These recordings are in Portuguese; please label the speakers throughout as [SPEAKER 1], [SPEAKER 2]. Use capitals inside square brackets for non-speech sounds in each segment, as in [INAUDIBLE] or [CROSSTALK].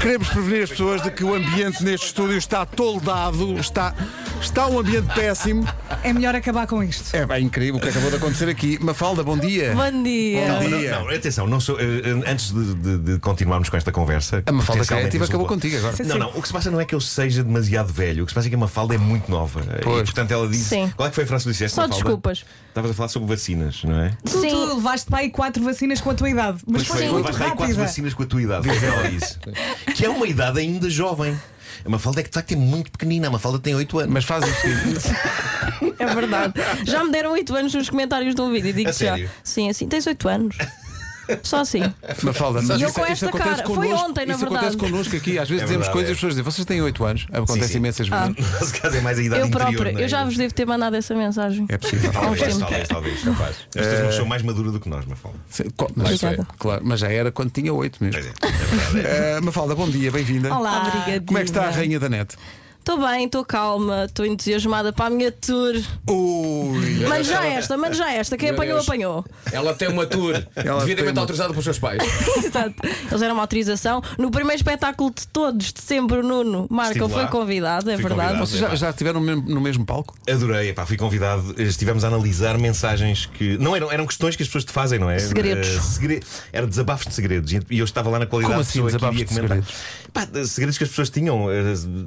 [SPEAKER 1] Queremos prevenir as pessoas de que o ambiente neste estúdio está toldado, está, está um ambiente péssimo.
[SPEAKER 2] É melhor acabar com isto.
[SPEAKER 1] É bem incrível o que acabou de acontecer aqui. Mafalda, bom dia.
[SPEAKER 3] Bom dia.
[SPEAKER 1] Bom
[SPEAKER 4] Não,
[SPEAKER 1] dia.
[SPEAKER 4] não, não, atenção, não sou- eh, eh, antes de, de- de continuarmos com esta conversa.
[SPEAKER 1] A Mafalda
[SPEAKER 4] potencialmente
[SPEAKER 1] Criativa acabou
[SPEAKER 4] insultante.
[SPEAKER 1] contigo agora.
[SPEAKER 2] Sim,
[SPEAKER 4] Não,
[SPEAKER 2] sim.
[SPEAKER 4] não, o que se passa não é que eu seja demasiado velho, o que se passa é que a Mafalda é muito nova. E,
[SPEAKER 1] Pois.
[SPEAKER 4] portanto, ela disse.
[SPEAKER 3] Sim.
[SPEAKER 4] Qual é que foi a frase que tu disseste?
[SPEAKER 3] Só
[SPEAKER 4] Mafalda?
[SPEAKER 3] desculpas.
[SPEAKER 4] Estavas a falar sobre vacinas, não é?
[SPEAKER 2] Tu,
[SPEAKER 3] Sim.
[SPEAKER 2] tu levaste para aí quatro vacinas com a tua idade. Mas foi,
[SPEAKER 4] Sim.
[SPEAKER 2] muito
[SPEAKER 4] Levaste aí quatro
[SPEAKER 2] rápida.
[SPEAKER 4] vacinas com a tua idade, foi ela
[SPEAKER 1] [LAUGHS]
[SPEAKER 4] isso. que é uma idade ainda jovem. A Mafalda é que de facto é muito pequenina, a Mafalda tem 8 anos.
[SPEAKER 1] Mas faz o [LAUGHS] seguinte:
[SPEAKER 3] É verdade. Já me deram 8 anos nos comentários de um vídeo. Digo
[SPEAKER 4] A
[SPEAKER 3] já.
[SPEAKER 4] sério?
[SPEAKER 3] Sim, assim. Tens 8 anos. Só
[SPEAKER 4] [LAUGHS]
[SPEAKER 3] assim.
[SPEAKER 1] Mafalda, mas
[SPEAKER 3] E eu
[SPEAKER 1] isso,
[SPEAKER 3] com
[SPEAKER 1] isso
[SPEAKER 3] esta
[SPEAKER 1] acontece
[SPEAKER 3] cara. Foi
[SPEAKER 1] connosco.
[SPEAKER 3] ontem, na
[SPEAKER 1] isso acontece
[SPEAKER 3] verdade.
[SPEAKER 1] connosco aqui. Às vezes
[SPEAKER 4] É
[SPEAKER 1] dizemos
[SPEAKER 4] verdade,
[SPEAKER 1] coisas e
[SPEAKER 4] é.
[SPEAKER 1] as pessoas dizem: vocês têm 8 anos. Acontece
[SPEAKER 4] Sim, sim.
[SPEAKER 1] imensas
[SPEAKER 3] Ah.
[SPEAKER 1] vezes.
[SPEAKER 4] [LAUGHS] No nosso caso é mais a idade
[SPEAKER 3] Eu
[SPEAKER 4] interior.
[SPEAKER 3] própria.
[SPEAKER 4] não é?
[SPEAKER 3] Eu já vos devo ter mandado essa mensagem.
[SPEAKER 1] É possível.
[SPEAKER 4] Talvez,
[SPEAKER 3] Ao tempo.
[SPEAKER 4] talvez, talvez, capaz. Mas tu és uma pessoa
[SPEAKER 1] Eh,
[SPEAKER 4] mais madura do que nós, Mafalda.
[SPEAKER 1] Sim, co- Mas, isso é,
[SPEAKER 3] Obrigada.
[SPEAKER 1] claro, mas já era quando tinha 8 mesmo.
[SPEAKER 4] Pois é, é verdade. é.
[SPEAKER 1] Eh, Mafalda, bom dia, bem-vinda.
[SPEAKER 2] Olá.
[SPEAKER 3] Obrigadinha.
[SPEAKER 1] Como é que está a rainha da net?
[SPEAKER 3] Estou bem, estou calma, estou entusiasmada para a minha tour.
[SPEAKER 1] Ui!
[SPEAKER 3] Mande já esta, mande já esta. Quem
[SPEAKER 5] Meu
[SPEAKER 3] apanhou,
[SPEAKER 5] Deus.
[SPEAKER 3] apanhou. [LAUGHS]
[SPEAKER 5] Ela tem uma tour
[SPEAKER 1] Ela tem
[SPEAKER 5] devidamente
[SPEAKER 1] uma-
[SPEAKER 5] autorizada pelos seus pais.
[SPEAKER 3] Exato. Eles eram uma autorização. No primeiro espetáculo de todos, de sempre, o Nuno Marco
[SPEAKER 4] Estive lá.
[SPEAKER 3] foi convidado, é
[SPEAKER 4] Fui
[SPEAKER 3] verdade.
[SPEAKER 4] convidado.
[SPEAKER 1] Vocês já, já estiveram no mesmo, no mesmo palco?
[SPEAKER 4] Adorei, epá, fui convidado. Estivemos a analisar mensagens que. Não eram, eram questões que as pessoas te fazem, não é?
[SPEAKER 3] Segredos.
[SPEAKER 4] Eh, segre- Era desabafos de segredos. E eu estava lá na qualidade
[SPEAKER 1] Como
[SPEAKER 4] de
[SPEAKER 1] assim,
[SPEAKER 4] pessoa que
[SPEAKER 1] desabafos
[SPEAKER 4] iria
[SPEAKER 1] de
[SPEAKER 4] comentar. Pá, de- segredos que as pessoas tinham. Eh,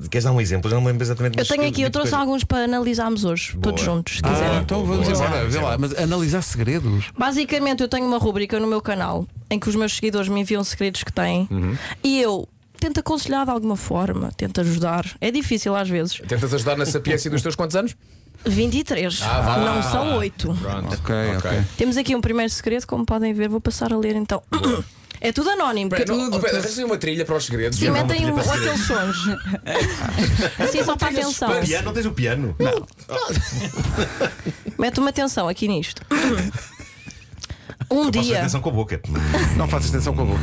[SPEAKER 4] Queres dar um exemplo? Eu não me lembro exatamente.
[SPEAKER 3] Eu
[SPEAKER 4] mas
[SPEAKER 3] tenho
[SPEAKER 4] que-
[SPEAKER 3] aqui, eu
[SPEAKER 4] muita
[SPEAKER 3] trouxe
[SPEAKER 4] coisa.
[SPEAKER 3] alguns para analisarmos hoje,
[SPEAKER 4] Boa.
[SPEAKER 3] todos juntos, se
[SPEAKER 4] Ah,
[SPEAKER 3] quiserem.
[SPEAKER 4] boa,
[SPEAKER 1] então
[SPEAKER 4] boa,
[SPEAKER 1] vamos
[SPEAKER 4] boa,
[SPEAKER 1] embora,
[SPEAKER 4] boa,
[SPEAKER 1] vê
[SPEAKER 4] boa.
[SPEAKER 1] lá. Mas analisar segredos?
[SPEAKER 3] Basicamente, eu tenho uma rubrica no meu canal em que os meus seguidores me enviam segredos que têm
[SPEAKER 5] Uhum.
[SPEAKER 3] e eu tento aconselhar de alguma forma, tento ajudar. É difícil às vezes.
[SPEAKER 5] Tentas ajudar na sapiência dos teus quantos anos?
[SPEAKER 3] 23,
[SPEAKER 5] Ah, vá.
[SPEAKER 3] não são 8.
[SPEAKER 5] Pronto.
[SPEAKER 1] Ok, ok.
[SPEAKER 3] Temos aqui um primeiro segredo, como podem ver, vou passar a ler então. É tudo anónimo.
[SPEAKER 5] Espera,
[SPEAKER 3] tudo-
[SPEAKER 5] não, oh, Pedro, fazem uma trilha para os segredos.
[SPEAKER 3] Sim,
[SPEAKER 5] Não,
[SPEAKER 3] metem
[SPEAKER 4] uma
[SPEAKER 3] um,
[SPEAKER 4] trilha para
[SPEAKER 3] aqueles sons. Assim, só para
[SPEAKER 5] trilhas
[SPEAKER 3] atenção.
[SPEAKER 5] para
[SPEAKER 4] Piano? Não tens o piano? Não.
[SPEAKER 3] Mete uma atenção aqui
[SPEAKER 5] [COUGHS]
[SPEAKER 3] nisto. Um
[SPEAKER 4] Posso fazer
[SPEAKER 3] dia.
[SPEAKER 4] atenção com a boca.
[SPEAKER 1] Não faças atenção com a boca.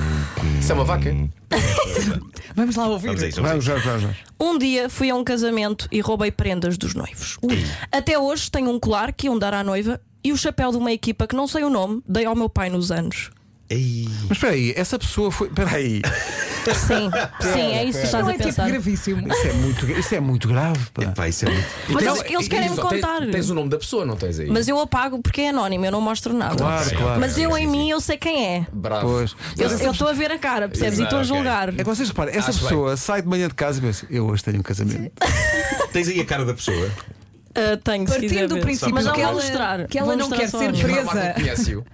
[SPEAKER 5] Isso é uma vaca.
[SPEAKER 2] Vamos lá ouvir.
[SPEAKER 4] Vamos a isso.
[SPEAKER 1] Vamos,
[SPEAKER 4] Vamos a isso.
[SPEAKER 1] vamos, vamos.
[SPEAKER 3] Um dia fui a um casamento e roubei prendas dos noivos. Até hoje tenho um colar que iam dar à noiva e o chapéu de uma equipa que não sei o nome dei ao meu pai nos anos.
[SPEAKER 4] Ei.
[SPEAKER 1] Mas espera aí, essa pessoa foi. Espera aí.
[SPEAKER 3] [LAUGHS] Sim, sim, é isso
[SPEAKER 2] Isto
[SPEAKER 3] que estás
[SPEAKER 2] não é
[SPEAKER 3] a
[SPEAKER 2] tipo
[SPEAKER 3] pensar.
[SPEAKER 2] gravíssimo.
[SPEAKER 1] Isso é muito, gra- isso é muito grave, pá.
[SPEAKER 4] Epá, isso é muito.
[SPEAKER 3] Mas
[SPEAKER 5] Tens-
[SPEAKER 3] eles, eles
[SPEAKER 5] e-
[SPEAKER 3] querem
[SPEAKER 5] e-
[SPEAKER 3] me
[SPEAKER 5] tens-
[SPEAKER 3] contar.
[SPEAKER 5] Tens, o nome da pessoa, não tens aí?
[SPEAKER 3] Mas eu apago porque é anónimo, eu não mostro nada.
[SPEAKER 1] Claro, claro.
[SPEAKER 3] Mas eu em mim eu sei quem é.
[SPEAKER 5] Bravo.
[SPEAKER 1] Pois.
[SPEAKER 3] Eu eu estou a ver a cara, percebes? E estou a
[SPEAKER 4] Exato, ok.
[SPEAKER 3] julgar.
[SPEAKER 1] É que vocês reparem, essa
[SPEAKER 5] Acho
[SPEAKER 1] pessoa sai de manhã de casa e pensa: Eu hoje tenho um casamento.
[SPEAKER 4] Tens aí a cara da pessoa.
[SPEAKER 3] Ah, tenho, se quiser
[SPEAKER 2] Partindo do
[SPEAKER 3] ver.
[SPEAKER 2] princípio
[SPEAKER 3] Mas não
[SPEAKER 2] que
[SPEAKER 3] vou
[SPEAKER 2] ela-
[SPEAKER 3] mostrar.
[SPEAKER 2] que ela
[SPEAKER 3] Vou
[SPEAKER 2] não
[SPEAKER 3] mostrar
[SPEAKER 2] quer
[SPEAKER 3] só
[SPEAKER 2] ser
[SPEAKER 3] anónimo.
[SPEAKER 5] Uma
[SPEAKER 2] presa.
[SPEAKER 5] vaca que conhece-o.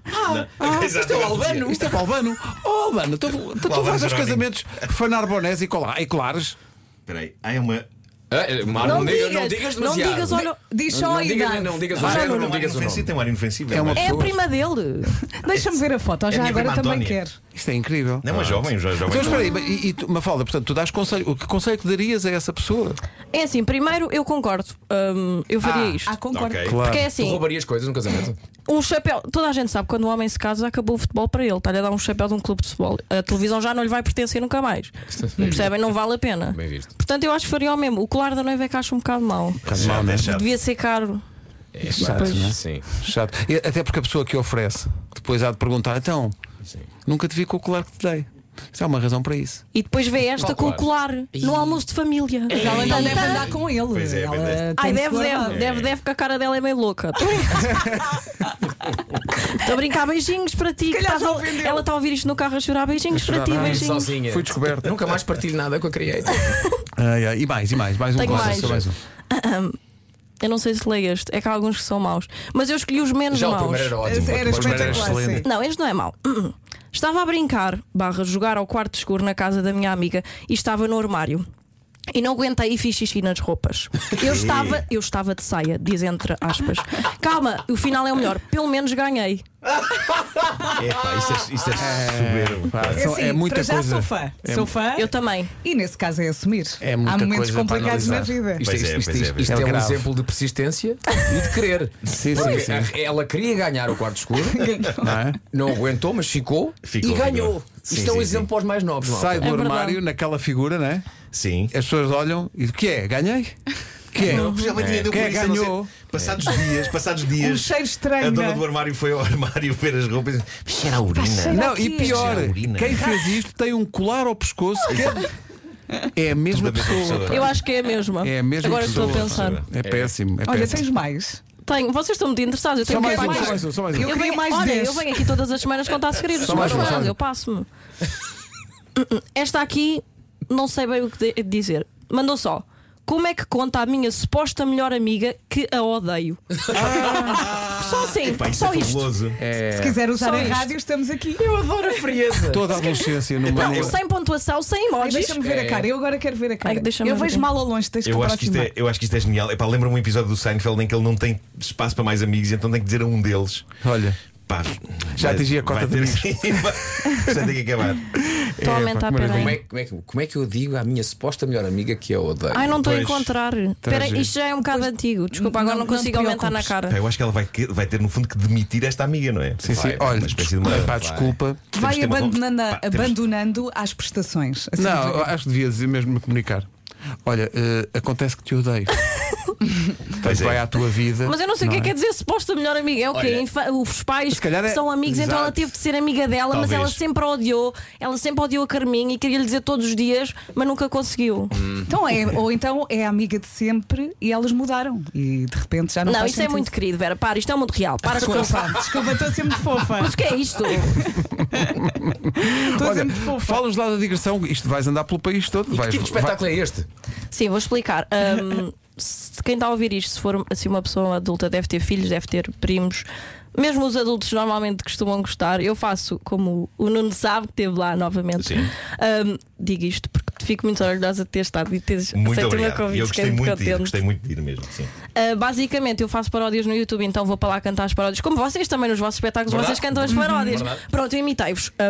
[SPEAKER 4] Isto é o Albano.
[SPEAKER 1] Isto é para o Albano. Oh, Albano, tu, tu, tu
[SPEAKER 4] Albano
[SPEAKER 1] vais aos
[SPEAKER 4] Jerónimo.
[SPEAKER 1] casamentos fanar bonés e, colar, e colares.
[SPEAKER 4] Espera aí. Ah, é uma.
[SPEAKER 5] Ah, é, Mar,
[SPEAKER 3] Não
[SPEAKER 5] não, diga-
[SPEAKER 3] digas,
[SPEAKER 5] não digas
[SPEAKER 3] não
[SPEAKER 5] demasiado.
[SPEAKER 3] digas, olha-
[SPEAKER 2] Diz só
[SPEAKER 5] não,
[SPEAKER 2] a
[SPEAKER 5] digas,
[SPEAKER 2] idade.
[SPEAKER 5] não digas o
[SPEAKER 4] Ah,
[SPEAKER 5] género,
[SPEAKER 4] não,
[SPEAKER 5] não
[SPEAKER 4] não,
[SPEAKER 5] digas o nome.
[SPEAKER 4] Tem um ar inofensivo.
[SPEAKER 1] É uma
[SPEAKER 3] É a
[SPEAKER 1] pessoa.
[SPEAKER 3] prima dele.
[SPEAKER 2] Deixa-me ver a foto. Já
[SPEAKER 4] minha
[SPEAKER 2] agora
[SPEAKER 4] prima
[SPEAKER 2] também
[SPEAKER 4] Antónia.
[SPEAKER 2] quero.
[SPEAKER 1] Isto é incrível.
[SPEAKER 4] Não é
[SPEAKER 5] Ah,
[SPEAKER 4] uma jovem, já jovem.
[SPEAKER 1] Então espera aí, e, e tu, Mafalda, portanto, tu dás conselho. O que conselho que darias a essa pessoa?
[SPEAKER 3] É assim, primeiro eu concordo. Hum, eu faria isto.
[SPEAKER 2] Ah, concordo.
[SPEAKER 4] Ok.
[SPEAKER 1] Claro.
[SPEAKER 3] Porque é
[SPEAKER 5] Tu
[SPEAKER 3] assim,
[SPEAKER 5] roubarias coisas no casamento?
[SPEAKER 3] um chapéu. Toda a gente sabe que quando um homem se casa, acabou o futebol para ele. Está-lhe a dar um chapéu de um clube de futebol. A televisão já não lhe vai pertencer nunca mais. Percebem? Não vale a pena.
[SPEAKER 5] Bem visto.
[SPEAKER 3] Portanto, eu acho que faria o mesmo. O colar da noiva é que acho um bocado mau.
[SPEAKER 4] Chato, é chato.
[SPEAKER 3] Devia ser caro.
[SPEAKER 5] É
[SPEAKER 1] chato, não é?
[SPEAKER 5] Sim.
[SPEAKER 1] Chato. E até porque a pessoa que oferece depois há de perguntar: Então, nunca te vi com o colar que te dei. Isso há uma razão para isso.
[SPEAKER 3] E depois vê esta
[SPEAKER 5] Qual
[SPEAKER 3] com o
[SPEAKER 5] colar?
[SPEAKER 3] colar no almoço de família.
[SPEAKER 2] Ela não deve
[SPEAKER 3] Tantã.
[SPEAKER 2] andar com ele.
[SPEAKER 4] Pois é,
[SPEAKER 2] Ela
[SPEAKER 4] pois é.
[SPEAKER 2] tem
[SPEAKER 3] Ai,
[SPEAKER 2] que
[SPEAKER 3] deve,
[SPEAKER 2] guardar.
[SPEAKER 3] deve, deve, deve, que a cara dela é meio louca. Estou
[SPEAKER 5] [LAUGHS]
[SPEAKER 3] a brincar, beijinhos para ti. que
[SPEAKER 2] calhar
[SPEAKER 3] estás
[SPEAKER 2] já
[SPEAKER 3] a-
[SPEAKER 2] ofendeu.
[SPEAKER 3] Ela está a ouvir isto no carro a chorar, beijinhos
[SPEAKER 1] A
[SPEAKER 3] para
[SPEAKER 1] chorar,
[SPEAKER 3] ti,
[SPEAKER 1] ai,
[SPEAKER 3] beijinhos.
[SPEAKER 5] Sozinha.
[SPEAKER 1] Foi descoberta.
[SPEAKER 5] Nunca mais partilho nada com a Creator.
[SPEAKER 1] Ai, ai, E mais, e mais, mais um
[SPEAKER 3] Tenho
[SPEAKER 1] conselho,
[SPEAKER 3] mais.
[SPEAKER 1] só mais um.
[SPEAKER 3] Eu não sei se leio este, é que há alguns que são maus. Mas eu escolhi os menos
[SPEAKER 5] Já o
[SPEAKER 3] maus.
[SPEAKER 5] primeiro era ótimo.
[SPEAKER 2] Era
[SPEAKER 5] O primeiro era
[SPEAKER 2] espetacular,
[SPEAKER 5] excelente.
[SPEAKER 2] sim.
[SPEAKER 3] Não, este não é mau. [CLEARS THROAT] Estava a brincar, barra jogar ao quarto escuro na casa da minha amiga e estava no armário. E não aguentei e fiz xixi nas
[SPEAKER 1] [LAUGHS]
[SPEAKER 3] roupas. Eu estava, eu estava de saia, diz entre aspas. Calma, o final é o melhor. Pelo menos ganhei.
[SPEAKER 4] Epá, isso é, isso é soberbo.
[SPEAKER 1] Pá,
[SPEAKER 2] É
[SPEAKER 1] são-
[SPEAKER 2] assim,
[SPEAKER 1] é muita
[SPEAKER 2] para já
[SPEAKER 1] coisa.
[SPEAKER 2] sou fã. sou fã.
[SPEAKER 3] Eu também.
[SPEAKER 2] E nesse caso é assumir.
[SPEAKER 1] É muita
[SPEAKER 2] Há momentos
[SPEAKER 1] coisa para
[SPEAKER 2] complicados na
[SPEAKER 1] analisar.
[SPEAKER 2] vida.
[SPEAKER 4] Isto
[SPEAKER 5] Isto,
[SPEAKER 4] Pois
[SPEAKER 5] isto,
[SPEAKER 4] é,
[SPEAKER 5] isto,
[SPEAKER 4] pois é,
[SPEAKER 5] isto,
[SPEAKER 4] pois
[SPEAKER 1] é.
[SPEAKER 5] é,
[SPEAKER 1] É
[SPEAKER 5] um
[SPEAKER 1] grave.
[SPEAKER 5] exemplo de persistência e de querer.
[SPEAKER 1] Sim,
[SPEAKER 5] Porque
[SPEAKER 1] sim, sim.
[SPEAKER 5] a- Ela queria ganhar o quarto escuro,
[SPEAKER 1] Não [LAUGHS] é?
[SPEAKER 5] não aguentou, mas ficou,
[SPEAKER 4] Ficou,
[SPEAKER 5] e ganhou.
[SPEAKER 4] ficou. Sim,
[SPEAKER 5] isto é um
[SPEAKER 4] sim,
[SPEAKER 5] exemplo
[SPEAKER 4] sim.
[SPEAKER 5] para os mais novos. malta.
[SPEAKER 1] Sai do
[SPEAKER 3] É
[SPEAKER 1] armário
[SPEAKER 3] verdade.
[SPEAKER 1] naquela figura, não é?
[SPEAKER 4] Sim.
[SPEAKER 1] As pessoas olham e o que é? Ganhei? que é?
[SPEAKER 4] Realmente ainda
[SPEAKER 1] Quem
[SPEAKER 4] por isso, a não
[SPEAKER 1] ganhou?
[SPEAKER 4] ser- Passados dias, passados dias.
[SPEAKER 2] Um cheiro estranho,
[SPEAKER 4] A
[SPEAKER 2] não
[SPEAKER 4] dona
[SPEAKER 1] né?
[SPEAKER 2] é?
[SPEAKER 4] do armário foi ao [LAUGHS] armário ver as roupas e disse: "Mas cheira a urina.
[SPEAKER 2] cheira-
[SPEAKER 1] Não,
[SPEAKER 2] Será que
[SPEAKER 1] e
[SPEAKER 2] é?
[SPEAKER 1] pior,
[SPEAKER 4] Cheira a urina.
[SPEAKER 1] quem fez isto tem um colar ao pescoço que é, [LAUGHS] É a mesma
[SPEAKER 4] Tudo a mesma
[SPEAKER 1] pessoa.
[SPEAKER 4] pessoa.
[SPEAKER 1] pá.
[SPEAKER 3] Eu acho que é a mesma.
[SPEAKER 1] É a mesma
[SPEAKER 3] Agora
[SPEAKER 1] pessoa.
[SPEAKER 3] estou a pensar.
[SPEAKER 1] É péssimo. É
[SPEAKER 2] Olha,
[SPEAKER 1] péssimo.
[SPEAKER 2] tens mais.
[SPEAKER 3] Tenho, vocês estão muito interessados. Eu
[SPEAKER 1] Só
[SPEAKER 3] tenho
[SPEAKER 1] mais
[SPEAKER 3] que
[SPEAKER 1] um,
[SPEAKER 3] mais.
[SPEAKER 1] só mais um, só mais
[SPEAKER 2] Eu
[SPEAKER 1] um.
[SPEAKER 3] Eu
[SPEAKER 2] queria
[SPEAKER 3] venho,
[SPEAKER 2] mais
[SPEAKER 3] olha,
[SPEAKER 2] 10.
[SPEAKER 3] eu venho aqui todas as semanas contar segredos.
[SPEAKER 1] Só mais um,
[SPEAKER 3] Mas
[SPEAKER 1] só mais um.
[SPEAKER 3] eu passo-me. Esta aqui, não sei bem o que de- dizer. Mandou só. Como é que conta a minha suposta melhor amiga que a odeio? só assim,
[SPEAKER 4] Pá, isso
[SPEAKER 3] só
[SPEAKER 4] é
[SPEAKER 3] isto.
[SPEAKER 4] fabuloso.
[SPEAKER 2] Se quiser usar
[SPEAKER 3] Só
[SPEAKER 2] em
[SPEAKER 3] isto.
[SPEAKER 2] rádio, estamos aqui.
[SPEAKER 5] Eu adoro a frieza.
[SPEAKER 1] Toda a adolescência numa.
[SPEAKER 3] Não, sem pontuação, sem
[SPEAKER 2] Ai,
[SPEAKER 3] emojis.
[SPEAKER 2] Deixa-me ver a cara. Eu agora quero ver a cara.
[SPEAKER 3] Ai, deixa-me
[SPEAKER 2] eu
[SPEAKER 3] ver.
[SPEAKER 2] vejo mal ao longe, tens que
[SPEAKER 4] Eu acho, que isto
[SPEAKER 2] aproximar.
[SPEAKER 4] é, eu acho que isto é genial. Epá, lembra-me um episódio do Seinfeld em que ele não tem espaço para mais amigos, e então tem que dizer a um deles.
[SPEAKER 1] Olha.
[SPEAKER 4] Pá,
[SPEAKER 1] Já
[SPEAKER 4] vai-
[SPEAKER 1] atingi a cota
[SPEAKER 4] vai ter [LAUGHS] que- Já tem que acabar.
[SPEAKER 3] Estou a aumentar,
[SPEAKER 1] pá, que
[SPEAKER 3] peraí.
[SPEAKER 5] Como é, que- como, é, que- como é que eu digo à minha suposta melhor amiga que eu odeio?
[SPEAKER 3] Ai, não estou a
[SPEAKER 4] Pois.
[SPEAKER 3] encontrar. Espera,
[SPEAKER 1] jeito.
[SPEAKER 3] isto já é um bocado antigo. Desculpa, agora
[SPEAKER 2] Não-
[SPEAKER 3] não
[SPEAKER 2] não te
[SPEAKER 3] consigo aumentar na
[SPEAKER 2] preocupes.
[SPEAKER 4] Pá,
[SPEAKER 3] cara.
[SPEAKER 4] eu acho que ela vai, que- vai ter, no fundo, que demitir esta amiga, não é?
[SPEAKER 1] Sim, sim.
[SPEAKER 5] Vai,
[SPEAKER 1] Olha,
[SPEAKER 4] uma espécie de uma-
[SPEAKER 1] pá,
[SPEAKER 4] vai.
[SPEAKER 1] desculpa.
[SPEAKER 4] Temos
[SPEAKER 2] Vai
[SPEAKER 4] de ter uma conversa.
[SPEAKER 2] abandonando,
[SPEAKER 4] Pá, temos- ah,
[SPEAKER 2] abandonando às prestações. Assim,
[SPEAKER 1] Não,
[SPEAKER 2] devagar.
[SPEAKER 1] acho que devia dizer mesmo me comunicar. Olha, eh, acontece que te odeio. Portanto,
[SPEAKER 4] Pois é.
[SPEAKER 1] vai à tua vida.
[SPEAKER 3] Mas eu não sei o que é que
[SPEAKER 1] é?
[SPEAKER 3] quer dizer suposta melhor amiga. É o quê?
[SPEAKER 5] Olha,
[SPEAKER 3] Infa- Os pais
[SPEAKER 1] se calhar é-
[SPEAKER 3] são amigos, então
[SPEAKER 1] Exato.
[SPEAKER 3] ela teve de ser amiga dela,
[SPEAKER 4] Talvez.
[SPEAKER 3] mas ela sempre a odiou. Ela sempre odiou a Carminha e queria lhe dizer todos os dias, mas nunca conseguiu.
[SPEAKER 1] Hum.
[SPEAKER 2] Então é, ou então é a amiga de sempre e elas mudaram. E de repente já não
[SPEAKER 3] Não,
[SPEAKER 2] faz
[SPEAKER 3] isso é
[SPEAKER 2] sentido.
[SPEAKER 3] muito querido, Vera. Para, isto é um mundo real. Para com isso.
[SPEAKER 2] Desculpa, desculpa, estou sempre fofa.
[SPEAKER 3] Mas o que é isto?
[SPEAKER 2] Estou sempre fofa.
[SPEAKER 1] Falas lá da digressão, isto vais andar pelo país todo.
[SPEAKER 5] E que
[SPEAKER 1] vais-
[SPEAKER 5] tipo de espetáculo é este?
[SPEAKER 3] Sim, vou
[SPEAKER 4] [LAUGHS]
[SPEAKER 3] explicar. Ahm, se quem está a ouvir isto, se for assim, uma pessoa adulta, deve ter filhos, deve ter primos. Mesmo os adultos normalmente costumam gostar. Eu faço como o Nuno sabe, que esteve lá novamente.
[SPEAKER 4] Sim.
[SPEAKER 3] Ahm, digo isto porque fico muito orgulhosa de ter estado e teres
[SPEAKER 4] Muito
[SPEAKER 3] aceito o meu
[SPEAKER 4] obrigado. E
[SPEAKER 3] convite.
[SPEAKER 4] eu
[SPEAKER 3] fiquei
[SPEAKER 4] gostei muito de ir,
[SPEAKER 3] contente.
[SPEAKER 4] gostei muito de ir mesmo. Sim.
[SPEAKER 3] Uh, basicamente, eu faço paródias no YouTube, então vou para lá cantar as paródias. Como vocês também nos vossos espetáculos,
[SPEAKER 5] Verdade.
[SPEAKER 3] vocês cantam as paródias.
[SPEAKER 5] Verdade.
[SPEAKER 3] Pronto, eu imitei-vos.
[SPEAKER 4] [LAUGHS]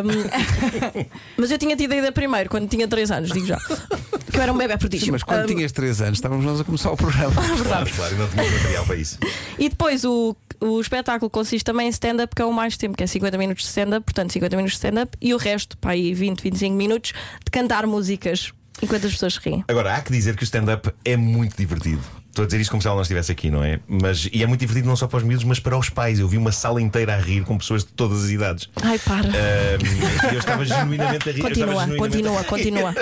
[SPEAKER 3] Um, mas eu tinha tido a ideia primeiro, quando tinha 3 anos, digo já. Que eu era um bebê prodígio.
[SPEAKER 1] Sim, mas quando
[SPEAKER 3] Um, Ah,
[SPEAKER 1] tinhas 3 anos, estávamos nós a começar o
[SPEAKER 3] [LAUGHS]
[SPEAKER 1] programa.
[SPEAKER 3] Tá.
[SPEAKER 4] Claro, claro, eu não tinha material para isso.
[SPEAKER 3] E depois o, o espetáculo consiste também em stand-up, que é o mais tempo, que é 50 minutos de stand-up, portanto 50 minutos de stand-up, e o resto, para aí 20, 25 minutos, de cantar músicas enquanto as pessoas riem.
[SPEAKER 4] Agora, há que dizer que o stand-up é muito divertido. Estou a dizer isto como se ela não estivesse aqui, não é? Mas, e é muito divertido não só para os miúdos, mas para os pais. Eu vi uma sala inteira a rir com pessoas de todas as idades.
[SPEAKER 3] Ai, para.
[SPEAKER 4] Ahm, eu estava genuinamente a rir. Eh, eu estava
[SPEAKER 3] continua,
[SPEAKER 4] genuinamente a
[SPEAKER 3] continua,
[SPEAKER 4] [LAUGHS] rir.
[SPEAKER 3] continua.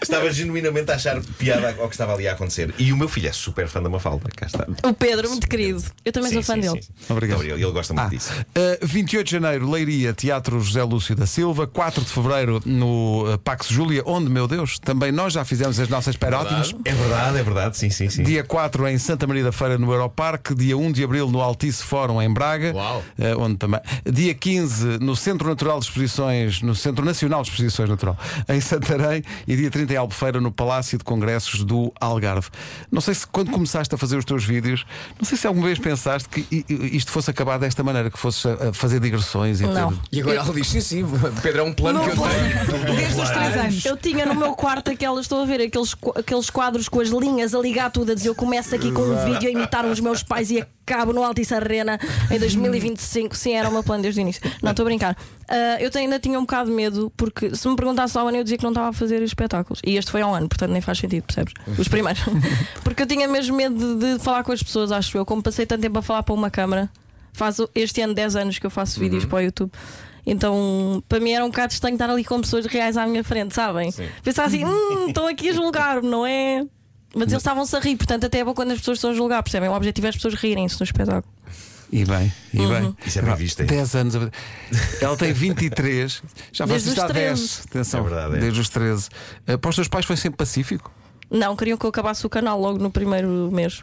[SPEAKER 4] Estava genuinamente a achar piada ao que estava ali a acontecer. E o meu filho é super fã da Mafalda. Cá está.
[SPEAKER 3] O Pedro, muito querido. Eu também
[SPEAKER 4] Sim,
[SPEAKER 3] sou fã
[SPEAKER 4] sim,
[SPEAKER 3] dele.
[SPEAKER 4] sim.
[SPEAKER 1] Obrigado.
[SPEAKER 4] Ele ele gosta muito disso.
[SPEAKER 1] Uh, 28 de janeiro, Leiria, Teatro José Lúcio da Silva. 4 de fevereiro, no uh, Pax Júlia, onde, meu Deus, também nós já fizemos as nossas paródias.
[SPEAKER 4] É verdade, é verdade, sim, sim, sim.
[SPEAKER 1] Dia 4 em Santa Maria da Feira, no Europarque. Dia 1 de abril, no Altice Fórum, em Braga.
[SPEAKER 5] Uau.
[SPEAKER 1] Eh, onde também. Dia 15, no Centro Natural de Exposições, no Centro Nacional de Exposições Natural, em Santarém. E dia 30 em Albufeira, no Palácio de Congressos do Algarve. Não sei se quando começaste a fazer os teus vídeos, não sei se alguma vez pensaste que i- i- isto fosse acabar desta maneira, que fosses a a fazer digressões e
[SPEAKER 3] Não.
[SPEAKER 1] tudo.
[SPEAKER 5] E agora ela diz: sim, sim, Pedro, é um plano que eu tenho.
[SPEAKER 2] Desde os 3 anos.
[SPEAKER 3] Eu tinha no meu quarto aquelas, estou a ver, aqueles, qu- aqueles quadros com as linhas a ligar tudo, a dizer eu começo aqui com um vídeo a imitar os meus pais e acabo no Altice Arena em 2025. Sim, era o meu plano desde o início. Não, estou a brincar. Ah, eu te- ainda tinha um bocado de medo, porque se me perguntasse ao ano eu dizia que não estava a fazer espetáculos. E este foi há um ano, portanto nem faz sentido, percebes? Os primeiros. [LAUGHS] Porque eu tinha mesmo medo de, de falar com as pessoas, acho eu. Como passei tanto tempo a falar para uma câmara, faz o- este ano 10 anos que eu faço vídeos para o YouTube. Então, para mim era um bocado estranho estar ali com pessoas reais à minha frente, sabem? Pensar assim, hum, estão aqui a julgar-me, não é? Mas eles estavam-se a rir, portanto, até é bom quando as pessoas estão a julgar, percebem? O objetivo é as pessoas rirem-se no espetáculo.
[SPEAKER 1] E bem, e
[SPEAKER 3] Uhum.
[SPEAKER 1] bem.
[SPEAKER 4] Isso é bem visto, é?
[SPEAKER 1] 10 anos. a- Ela tem 23, já faz
[SPEAKER 3] Desde
[SPEAKER 1] isto
[SPEAKER 3] os
[SPEAKER 1] há 10.
[SPEAKER 3] 13.
[SPEAKER 1] Atenção,
[SPEAKER 4] É verdade, é.
[SPEAKER 1] desde os 13. Eh, Para os teus pais foi sempre pacífico? Ah,
[SPEAKER 3] Não, queriam que eu acabasse o canal logo no primeiro mês.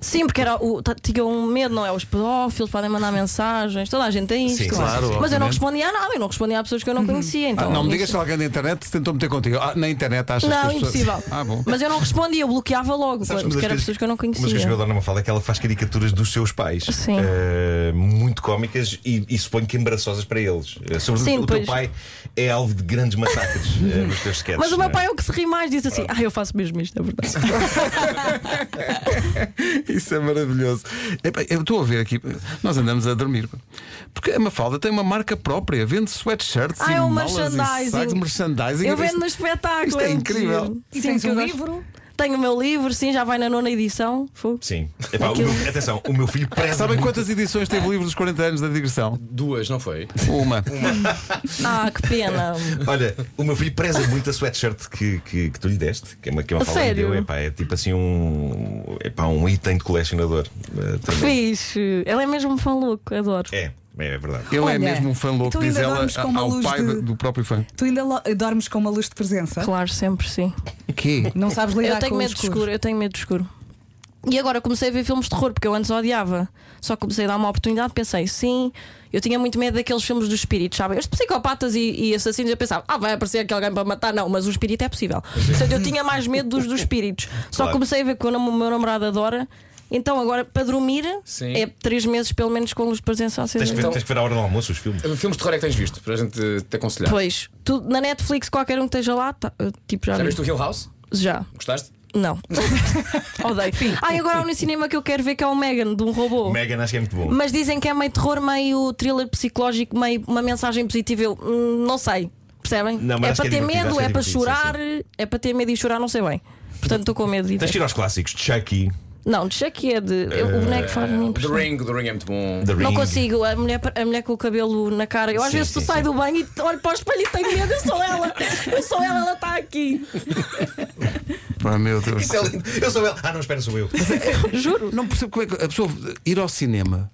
[SPEAKER 3] Sim, porque era o, t- tinha um medo, não é? Os pedófilos podem mandar mensagens, toda a gente tem isto.
[SPEAKER 4] Sim,
[SPEAKER 3] claro.
[SPEAKER 4] claro,
[SPEAKER 3] Mas eu não
[SPEAKER 1] obviamente.
[SPEAKER 3] respondia a nada, eu não respondia a pessoas que eu não conhecia.
[SPEAKER 1] Ah,
[SPEAKER 3] Então,
[SPEAKER 1] não me digas
[SPEAKER 3] isso-
[SPEAKER 1] que alguém da internet se tentou meter contigo. Ah, na internet achas que
[SPEAKER 3] Não,
[SPEAKER 1] as pessoas-
[SPEAKER 3] impossível.
[SPEAKER 1] Ah, bom.
[SPEAKER 3] Mas eu não respondia, eu bloqueava logo,
[SPEAKER 4] Sabes
[SPEAKER 3] porque
[SPEAKER 4] uma das
[SPEAKER 3] eram
[SPEAKER 4] coisas-
[SPEAKER 3] pessoas que eu não
[SPEAKER 4] Uma das coisas que eu
[SPEAKER 3] conhecia.
[SPEAKER 4] adoro na Mafalda é que ela faz caricaturas dos seus pais.
[SPEAKER 3] Sim.
[SPEAKER 4] Eh, muito cómicas e, e suponho que embaraçosas para eles. Eh, Sobretudo
[SPEAKER 3] Sim,
[SPEAKER 4] o teu
[SPEAKER 3] pois.
[SPEAKER 4] pai é alvo de grandes massacres
[SPEAKER 3] [LAUGHS]
[SPEAKER 4] eh, nos teus sketches.
[SPEAKER 3] Mas o meu
[SPEAKER 4] não é?
[SPEAKER 3] pai é o que se ri mais, diz assim: Ah, eu faço mesmo isto,
[SPEAKER 1] [LAUGHS]
[SPEAKER 3] é verdade.
[SPEAKER 1] Isso é maravilhoso. Epá, Eu estou a ver aqui, nós andamos a dormir. Porque a Mafalda tem uma marca própria, vende sweatshirts
[SPEAKER 3] Ah,
[SPEAKER 1] e
[SPEAKER 3] é um
[SPEAKER 1] malas e
[SPEAKER 3] merchandising.
[SPEAKER 1] sacos de merchandising.
[SPEAKER 3] Eu vendo
[SPEAKER 1] Isto-
[SPEAKER 3] no espetáculo.
[SPEAKER 1] isto é
[SPEAKER 3] muito
[SPEAKER 1] incrível.
[SPEAKER 3] giro.
[SPEAKER 2] E
[SPEAKER 3] Sim,
[SPEAKER 2] tens
[SPEAKER 3] que eu
[SPEAKER 2] um
[SPEAKER 3] gosto.
[SPEAKER 2] livro?
[SPEAKER 3] Tenho o meu livro, sim, já vai na nona edição. Fogo.
[SPEAKER 4] Sim. Epá, o meu- atenção, o meu filho preza.
[SPEAKER 1] Sabem
[SPEAKER 4] muito-
[SPEAKER 1] quantas edições teve o livro dos 40 anos da digressão?
[SPEAKER 5] Duas, não foi?
[SPEAKER 1] Uma.
[SPEAKER 3] Ah, que
[SPEAKER 1] [LAUGHS]
[SPEAKER 3] pena.
[SPEAKER 4] Olha, o meu filho preza muito a sweatshirt que, que, que tu lhe deste, que é uma, que é uma
[SPEAKER 3] A
[SPEAKER 4] fala que me
[SPEAKER 3] sério?
[SPEAKER 4] deu. Epá, é tipo assim um. Epá, um item de colecionador. eh, também.
[SPEAKER 3] Fixe. Ele é mesmo um fã louco, adoro.
[SPEAKER 4] É, é verdade.
[SPEAKER 1] Ele é
[SPEAKER 2] Olha,
[SPEAKER 1] mesmo um fã louco,
[SPEAKER 2] então
[SPEAKER 1] diz
[SPEAKER 2] ainda
[SPEAKER 1] ela
[SPEAKER 2] vamos com uma
[SPEAKER 1] ao
[SPEAKER 2] luz
[SPEAKER 1] pai
[SPEAKER 2] de-
[SPEAKER 1] do- do próprio fã.
[SPEAKER 2] Tu ainda lo- dormes com uma luz de
[SPEAKER 1] É?
[SPEAKER 2] presença?
[SPEAKER 3] Claro, sempre sim.
[SPEAKER 1] Que?
[SPEAKER 2] Não sabes lidar
[SPEAKER 3] Eu tenho
[SPEAKER 2] com o
[SPEAKER 3] medo de escuro, eu tenho medo de escuro. E agora comecei a ver filmes de terror, porque eu antes odiava. Só comecei a dar uma oportunidade, pensei, sim, eu tinha muito medo daqueles filmes dos espíritos, sabem? Os psicopatas e, e assassinos, eu pensava, ah, vai aparecer aqui alguém para matar, não, mas o espírito é possível. Portanto, eu tinha mais medo dos dos espíritos. Só
[SPEAKER 4] Claro.
[SPEAKER 3] comecei a ver que o nam- o meu namorado adora. Então agora, para dormir,
[SPEAKER 5] Sim.
[SPEAKER 3] é três meses pelo menos com luz de presença
[SPEAKER 4] Tens que, ver,
[SPEAKER 3] acesa.
[SPEAKER 5] Então-
[SPEAKER 4] tens que ver a hora do almoço os
[SPEAKER 3] Então-
[SPEAKER 4] filmes.
[SPEAKER 5] Filmes de terror é que tens visto, para a gente eh, te aconselhar.
[SPEAKER 3] Pois, tudo na Netflix, qualquer um que esteja lá, tá- eu, tipo, já,
[SPEAKER 5] Já
[SPEAKER 3] vi.
[SPEAKER 5] viste o Hill House?
[SPEAKER 3] Já.
[SPEAKER 5] Gostaste?
[SPEAKER 3] Não. [LAUGHS] Odeio. Ah, e agora há um no cinema que eu quero ver que é o Megan, de um robô.
[SPEAKER 4] O Megan acho que é muito bom.
[SPEAKER 3] Mas dizem que é meio terror, meio thriller psicológico, meio uma mensagem positiva. Eu hum, não sei. Percebem?
[SPEAKER 4] Não, mas
[SPEAKER 3] é
[SPEAKER 4] acho
[SPEAKER 3] para
[SPEAKER 4] que é
[SPEAKER 3] ter
[SPEAKER 4] divertido,
[SPEAKER 3] medo,
[SPEAKER 4] acho que é
[SPEAKER 3] é para
[SPEAKER 4] divertido,
[SPEAKER 3] chorar, é para ter medo e chorar, não sei bem. Portanto, estou com medo de ir
[SPEAKER 4] Tens
[SPEAKER 3] ver.
[SPEAKER 4] que ir aos clássicos. Chucky,
[SPEAKER 3] Não, deixa que é de. eu- o boneco faz
[SPEAKER 5] Eh,
[SPEAKER 3] me
[SPEAKER 5] The Ring, The Ring é muito bom.
[SPEAKER 4] Uh, The Ring.
[SPEAKER 3] Não consigo, a mulher, a mulher com o cabelo na cara. Eu às
[SPEAKER 4] Sim,
[SPEAKER 3] vezes tu
[SPEAKER 4] sim,
[SPEAKER 3] sai
[SPEAKER 4] sim.
[SPEAKER 3] do banho e olho para o espelho e tenho medo, eu sou ela, eu sou ela, ela está aqui.
[SPEAKER 1] Pá, meu Deus.
[SPEAKER 4] Isso é lindo. Eu sou ele. Ah, não, espera, sou eu.
[SPEAKER 3] Juro.
[SPEAKER 1] Não percebo como é que a pessoa ir ao cinema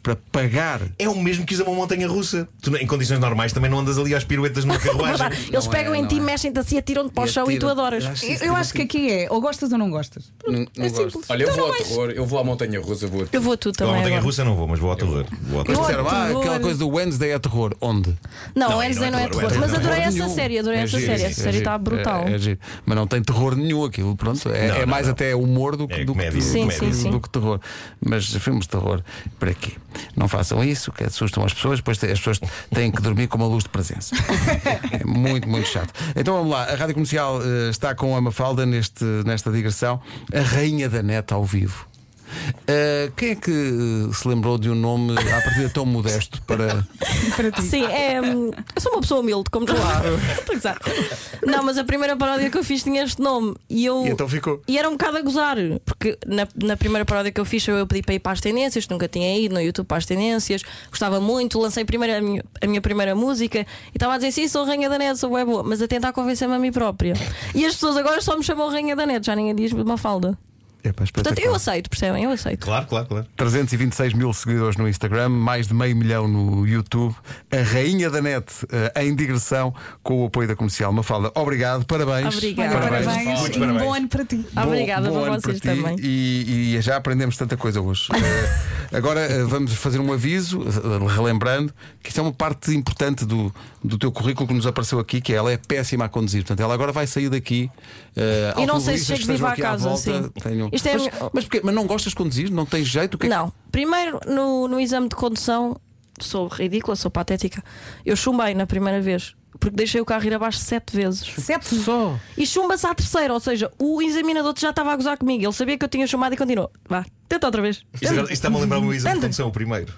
[SPEAKER 1] para pagar.
[SPEAKER 4] É o mesmo que usar uma montanha russa. Tu, em condições normais, também não andas ali às
[SPEAKER 3] [LAUGHS]
[SPEAKER 4] piruetas numa carruagem. Então,
[SPEAKER 3] Verdade. Eles
[SPEAKER 1] Não
[SPEAKER 3] pegam
[SPEAKER 1] é,
[SPEAKER 3] em
[SPEAKER 1] não
[SPEAKER 3] ti,
[SPEAKER 1] é.
[SPEAKER 3] mexem-te assim, atiram-te para o
[SPEAKER 1] E
[SPEAKER 3] chão e tu
[SPEAKER 1] atiram-te.
[SPEAKER 3] adoras.
[SPEAKER 1] Eu acho
[SPEAKER 2] Eu,
[SPEAKER 1] isso
[SPEAKER 2] eu acho que aqui é, ou gostas ou não gostas.
[SPEAKER 1] Não, não gosto.
[SPEAKER 5] Olha, eu
[SPEAKER 3] Então
[SPEAKER 5] vou
[SPEAKER 3] não
[SPEAKER 5] ao
[SPEAKER 3] vais-
[SPEAKER 5] terror, eu vou à Montanha Russa, vou a
[SPEAKER 3] Eu vou a tu
[SPEAKER 4] Ou
[SPEAKER 1] é
[SPEAKER 3] também. é
[SPEAKER 4] à
[SPEAKER 3] Então
[SPEAKER 4] montanha
[SPEAKER 3] agora.
[SPEAKER 4] russa não vou, mas vou ao terror. Vou ao
[SPEAKER 1] Mas
[SPEAKER 4] terror.
[SPEAKER 1] disseram,
[SPEAKER 3] Ai,
[SPEAKER 1] ah,
[SPEAKER 3] terror.
[SPEAKER 1] aquela coisa do Wednesday é terror. Onde?
[SPEAKER 3] Não,
[SPEAKER 4] Não,
[SPEAKER 3] o
[SPEAKER 4] e
[SPEAKER 3] Wednesday não é terror.
[SPEAKER 4] não é
[SPEAKER 3] Mas
[SPEAKER 4] terror
[SPEAKER 3] adorei essa
[SPEAKER 1] nenhum.
[SPEAKER 3] série, adorei
[SPEAKER 1] É
[SPEAKER 3] essa
[SPEAKER 1] giro,
[SPEAKER 3] série.
[SPEAKER 1] é
[SPEAKER 3] Essa
[SPEAKER 1] giro,
[SPEAKER 3] série está
[SPEAKER 1] é-
[SPEAKER 3] brutal.
[SPEAKER 1] é giro. Mas não tem terror nenhum aquilo, pronto. É,
[SPEAKER 4] Não,
[SPEAKER 1] é
[SPEAKER 4] não,
[SPEAKER 1] mais
[SPEAKER 4] não.
[SPEAKER 1] até humor do que,
[SPEAKER 4] É
[SPEAKER 1] do, que-
[SPEAKER 4] comédia,
[SPEAKER 1] do-
[SPEAKER 4] Sim,
[SPEAKER 1] do-
[SPEAKER 4] sim,
[SPEAKER 3] sim.
[SPEAKER 1] do que terror. Mas filmes de terror, para quê? Não façam isso, que assustam as pessoas, depois te- as pessoas têm que dormir com uma luz de
[SPEAKER 3] [LAUGHS]
[SPEAKER 1] presença. é muito, muito chato. Então vamos lá, a Rádio Comercial eh, está com a Mafalda neste, nesta digressão, a Rainha da Neta ao vivo. Eh, quem é que eh, se lembrou de um nome à partida tão modesto para.
[SPEAKER 3] Sim, é. hum, Eu sou uma pessoa humilde, como claro. [LAUGHS] Estou a gozar. Não, mas a primeira paródia que eu fiz tinha este nome e eu.
[SPEAKER 1] E então ficou.
[SPEAKER 3] E era um bocado a gozar, porque na, na primeira paródia que eu fiz eu, eu pedi para ir para as tendências, que nunca tinha ido no YouTube para as tendências, gostava muito, lancei primeiro a, minha, a minha primeira música e estava a dizer sim, sou Rainha da Net, sou bué boa, mas a tentar convencer-me a mim própria. E as pessoas agora só me chamam Rainha da Net, já ninguém diz uma falda.
[SPEAKER 1] É, pá,
[SPEAKER 3] Portanto,
[SPEAKER 1] espetacular.
[SPEAKER 3] eu aceito, percebem? Eu aceito.
[SPEAKER 4] Claro, claro, claro.
[SPEAKER 1] 326 mil seguidores no Instagram, mais de meio milhão no YouTube. A rainha da net eh, em digressão com o apoio da comercial Mafalda. Obrigado, parabéns.
[SPEAKER 3] Obrigada.
[SPEAKER 2] Olha,
[SPEAKER 3] Parabéns.
[SPEAKER 2] parabéns,
[SPEAKER 4] Muitos
[SPEAKER 2] e um
[SPEAKER 4] parabéns.
[SPEAKER 2] bom ano para ti.
[SPEAKER 1] Bom-
[SPEAKER 3] Obrigada
[SPEAKER 1] bom
[SPEAKER 3] para
[SPEAKER 1] ano
[SPEAKER 3] vocês
[SPEAKER 1] para ti
[SPEAKER 3] também.
[SPEAKER 1] E, e já aprendemos tanta coisa
[SPEAKER 3] [LAUGHS]
[SPEAKER 1] hoje. Eh, agora eh, vamos fazer um aviso, eh, relembrando que isso é uma parte importante do, do teu currículo que nos apareceu aqui, que ela é péssima a conduzir. Portanto, ela agora vai sair daqui. eh,
[SPEAKER 3] E não sei se
[SPEAKER 1] automobilistas
[SPEAKER 3] chego
[SPEAKER 1] que estejam
[SPEAKER 3] viva à
[SPEAKER 1] aqui
[SPEAKER 3] casa,
[SPEAKER 1] volta,
[SPEAKER 3] sim.
[SPEAKER 1] tenham-
[SPEAKER 3] Isto é a
[SPEAKER 1] mas,
[SPEAKER 3] minha-
[SPEAKER 1] mas porquê? Mas não gostas de conduzir? Não tens jeito? O que é que-
[SPEAKER 3] Não. Primeiro, no, no exame de condução, sou ridícula, sou patética. Eu chumbei na primeira vez, porque deixei o carro ir abaixo sete vezes.
[SPEAKER 2] Excepto
[SPEAKER 1] Só.
[SPEAKER 3] E chumba-se à terceira, ou seja, o examinador já estava a gozar comigo. Ele sabia que eu tinha chumbado e continuou. Vá, tenta outra vez.
[SPEAKER 4] Isto agora- isto é está-me a lembrar o meu exame de condução, o primeiro.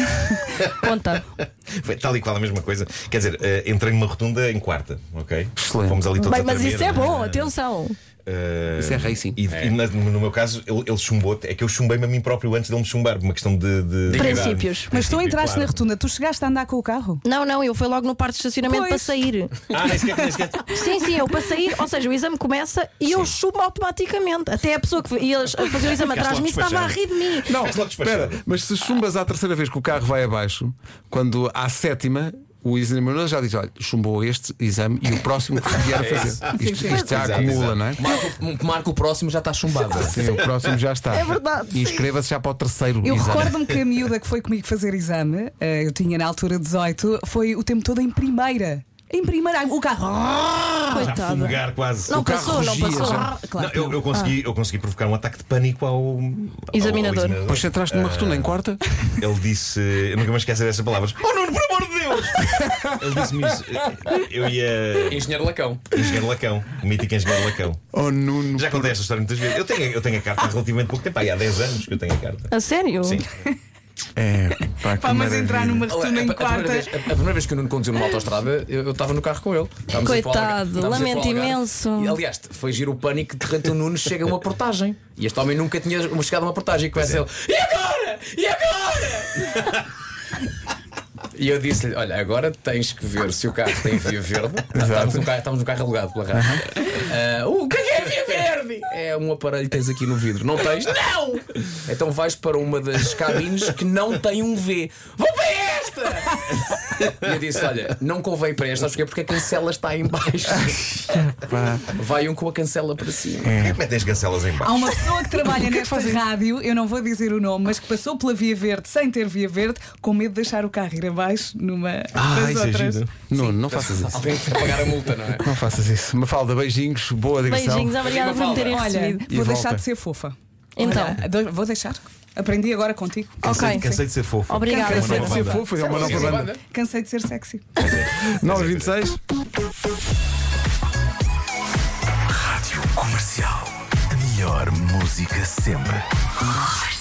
[SPEAKER 4] [LAUGHS]
[SPEAKER 3] Conta.
[SPEAKER 4] Foi tal e qual a mesma coisa. Quer dizer, eh, entrei numa rotunda em quarta, ok?
[SPEAKER 1] Excelente.
[SPEAKER 4] Fomos ali todos
[SPEAKER 3] Bem,
[SPEAKER 4] a
[SPEAKER 3] mas
[SPEAKER 4] tremer.
[SPEAKER 3] isso é bom,
[SPEAKER 4] Eh,
[SPEAKER 3] atenção.
[SPEAKER 4] eh,
[SPEAKER 1] Isso é racing.
[SPEAKER 4] E, e na- no meu caso, ele, ele chumbou. É que eu chumbei-me a mim próprio antes dele me chumbar, por uma questão de. de- de
[SPEAKER 3] Princípios.
[SPEAKER 4] idade.
[SPEAKER 2] Mas tu
[SPEAKER 4] Princípio,
[SPEAKER 2] entraste na
[SPEAKER 4] claro.
[SPEAKER 2] rotunda, tu chegaste a andar com o carro?
[SPEAKER 3] Não, não, eu fui logo no parque de estacionamento
[SPEAKER 2] Pois.
[SPEAKER 3] para sair.
[SPEAKER 4] [LAUGHS] Ah, nem sequer, nem sequer.
[SPEAKER 3] Sim, sim, eu para sair, ou seja, o exame começa e eu chumbo automaticamente. Até a pessoa que ia a fazer o exame
[SPEAKER 4] Ficaste
[SPEAKER 3] atrás de
[SPEAKER 4] logo
[SPEAKER 3] mim estava a
[SPEAKER 4] despachado.
[SPEAKER 3] rir de mim.
[SPEAKER 1] Não,
[SPEAKER 4] Ficaste logo despachado.
[SPEAKER 1] espera, mas se chumbas à terceira vez que o carro vai abaixo, quando à sétima. O examinador já diz: olha, chumbou este exame e o próximo que vier a fazer. Isto, isto já
[SPEAKER 4] Exato,
[SPEAKER 1] acumula,
[SPEAKER 4] exato.
[SPEAKER 1] não é?
[SPEAKER 5] Marco, um Marco, o próximo já está chumbado.
[SPEAKER 1] Sim, o próximo já está.
[SPEAKER 3] É verdade,
[SPEAKER 1] E inscreva-se já para o terceiro
[SPEAKER 2] Eu
[SPEAKER 1] exame.
[SPEAKER 2] recordo-me que a miúda que foi comigo fazer exame, eh, eu tinha na altura 18, foi o tempo todo em primeira. Em primeira, o carro. ah,
[SPEAKER 4] Já fui
[SPEAKER 3] Coitada.
[SPEAKER 4] negar quase.
[SPEAKER 3] Não
[SPEAKER 1] O carro
[SPEAKER 3] passou, não
[SPEAKER 1] rugia,
[SPEAKER 3] passou.
[SPEAKER 1] já.
[SPEAKER 2] Claro
[SPEAKER 4] Não,
[SPEAKER 2] que
[SPEAKER 4] eu, eu consegui, eu consegui provocar um ataque de pânico ao, ao-
[SPEAKER 3] Examinador.
[SPEAKER 4] ao
[SPEAKER 1] Depois entraste numa retunda em quarta.
[SPEAKER 4] Ele disse, eu nunca me esqueço dessas palavras. Oh Nuno, por amor de Deus! Ele disse-me isso. Eu ia.
[SPEAKER 5] Engenheiro Lacão.
[SPEAKER 4] Engenheiro Lacão, o mítico engenheiro Lacão.
[SPEAKER 1] Oh, Nuno.
[SPEAKER 4] Já contei esta história muitas vezes. Eu tenho, eu tenho a carta há relativamente pouco tempo, aí há 10 anos que eu tenho a carta.
[SPEAKER 3] A sério?
[SPEAKER 4] Sim.
[SPEAKER 1] É, pá, que
[SPEAKER 2] Pá, mas
[SPEAKER 1] maravilha.
[SPEAKER 2] entrar numa
[SPEAKER 5] Olha,
[SPEAKER 2] retuna
[SPEAKER 5] a-
[SPEAKER 2] em
[SPEAKER 5] é a, primeira
[SPEAKER 2] quarta.
[SPEAKER 5] vez, a- a primeira vez que eu não conduzi numa autostrada, eu eu estava no carro com ele. Estávamos a ir para o Algarve-
[SPEAKER 3] Coitado,
[SPEAKER 5] estávamos a ir para o
[SPEAKER 3] lamento
[SPEAKER 5] Algarve.
[SPEAKER 3] imenso.
[SPEAKER 5] E, aliás, foi giro o pânico de Ranto Nunes chega a uma portagem. E este homem nunca tinha chegado a uma portagem. E começa ele: E agora? E agora? [LAUGHS] E eu disse-lhe: Olha, agora tens que ver se o carro tem via verde. Estávamos num carro, estávamos num carro alugado pela rádio. Ah, o que é que é via verde? É um aparelho que tens aqui no vidro. Não tens? Não! Então vais para uma das cabines que não tem um V. Vou para esta! E eu disse: Olha, não convém para esta, sabes porquê? Porque a cancela está em baixo. Vai um com a cancela para cima.
[SPEAKER 4] Porquê que metem as cancelas em
[SPEAKER 2] Há
[SPEAKER 4] baixo?
[SPEAKER 2] uma pessoa que
[SPEAKER 5] [LAUGHS] é
[SPEAKER 2] trabalha nesta rádio, eu não vou dizer o nome, mas que passou pela Via Verde sem ter Via Verde, com medo de deixar o carro ir abaixo numa das
[SPEAKER 4] isso é
[SPEAKER 2] outras.
[SPEAKER 4] giro.
[SPEAKER 1] Não, não faças isso.
[SPEAKER 5] Alguém tem que pagar a multa, não é?
[SPEAKER 1] Não faças isso. Mafalda, beijinhos, boa digressão.
[SPEAKER 3] Beijinhos, obrigada por me terem
[SPEAKER 2] Olha,
[SPEAKER 3] recebido.
[SPEAKER 1] E
[SPEAKER 2] vou
[SPEAKER 1] volta.
[SPEAKER 2] deixar de ser fofa.
[SPEAKER 3] Então.
[SPEAKER 2] Olha, do- vou deixar. Aprendi agora contigo.
[SPEAKER 3] Ok.
[SPEAKER 4] Cansei de ser fofo.
[SPEAKER 3] Obrigada.
[SPEAKER 4] É uma
[SPEAKER 1] Deve
[SPEAKER 4] nova
[SPEAKER 1] ser
[SPEAKER 4] banda.
[SPEAKER 1] fofo, é uma nova banda.
[SPEAKER 2] Cansei de ser sexy.
[SPEAKER 1] 926.
[SPEAKER 6] Rádio Comercial. A melhor música sempre.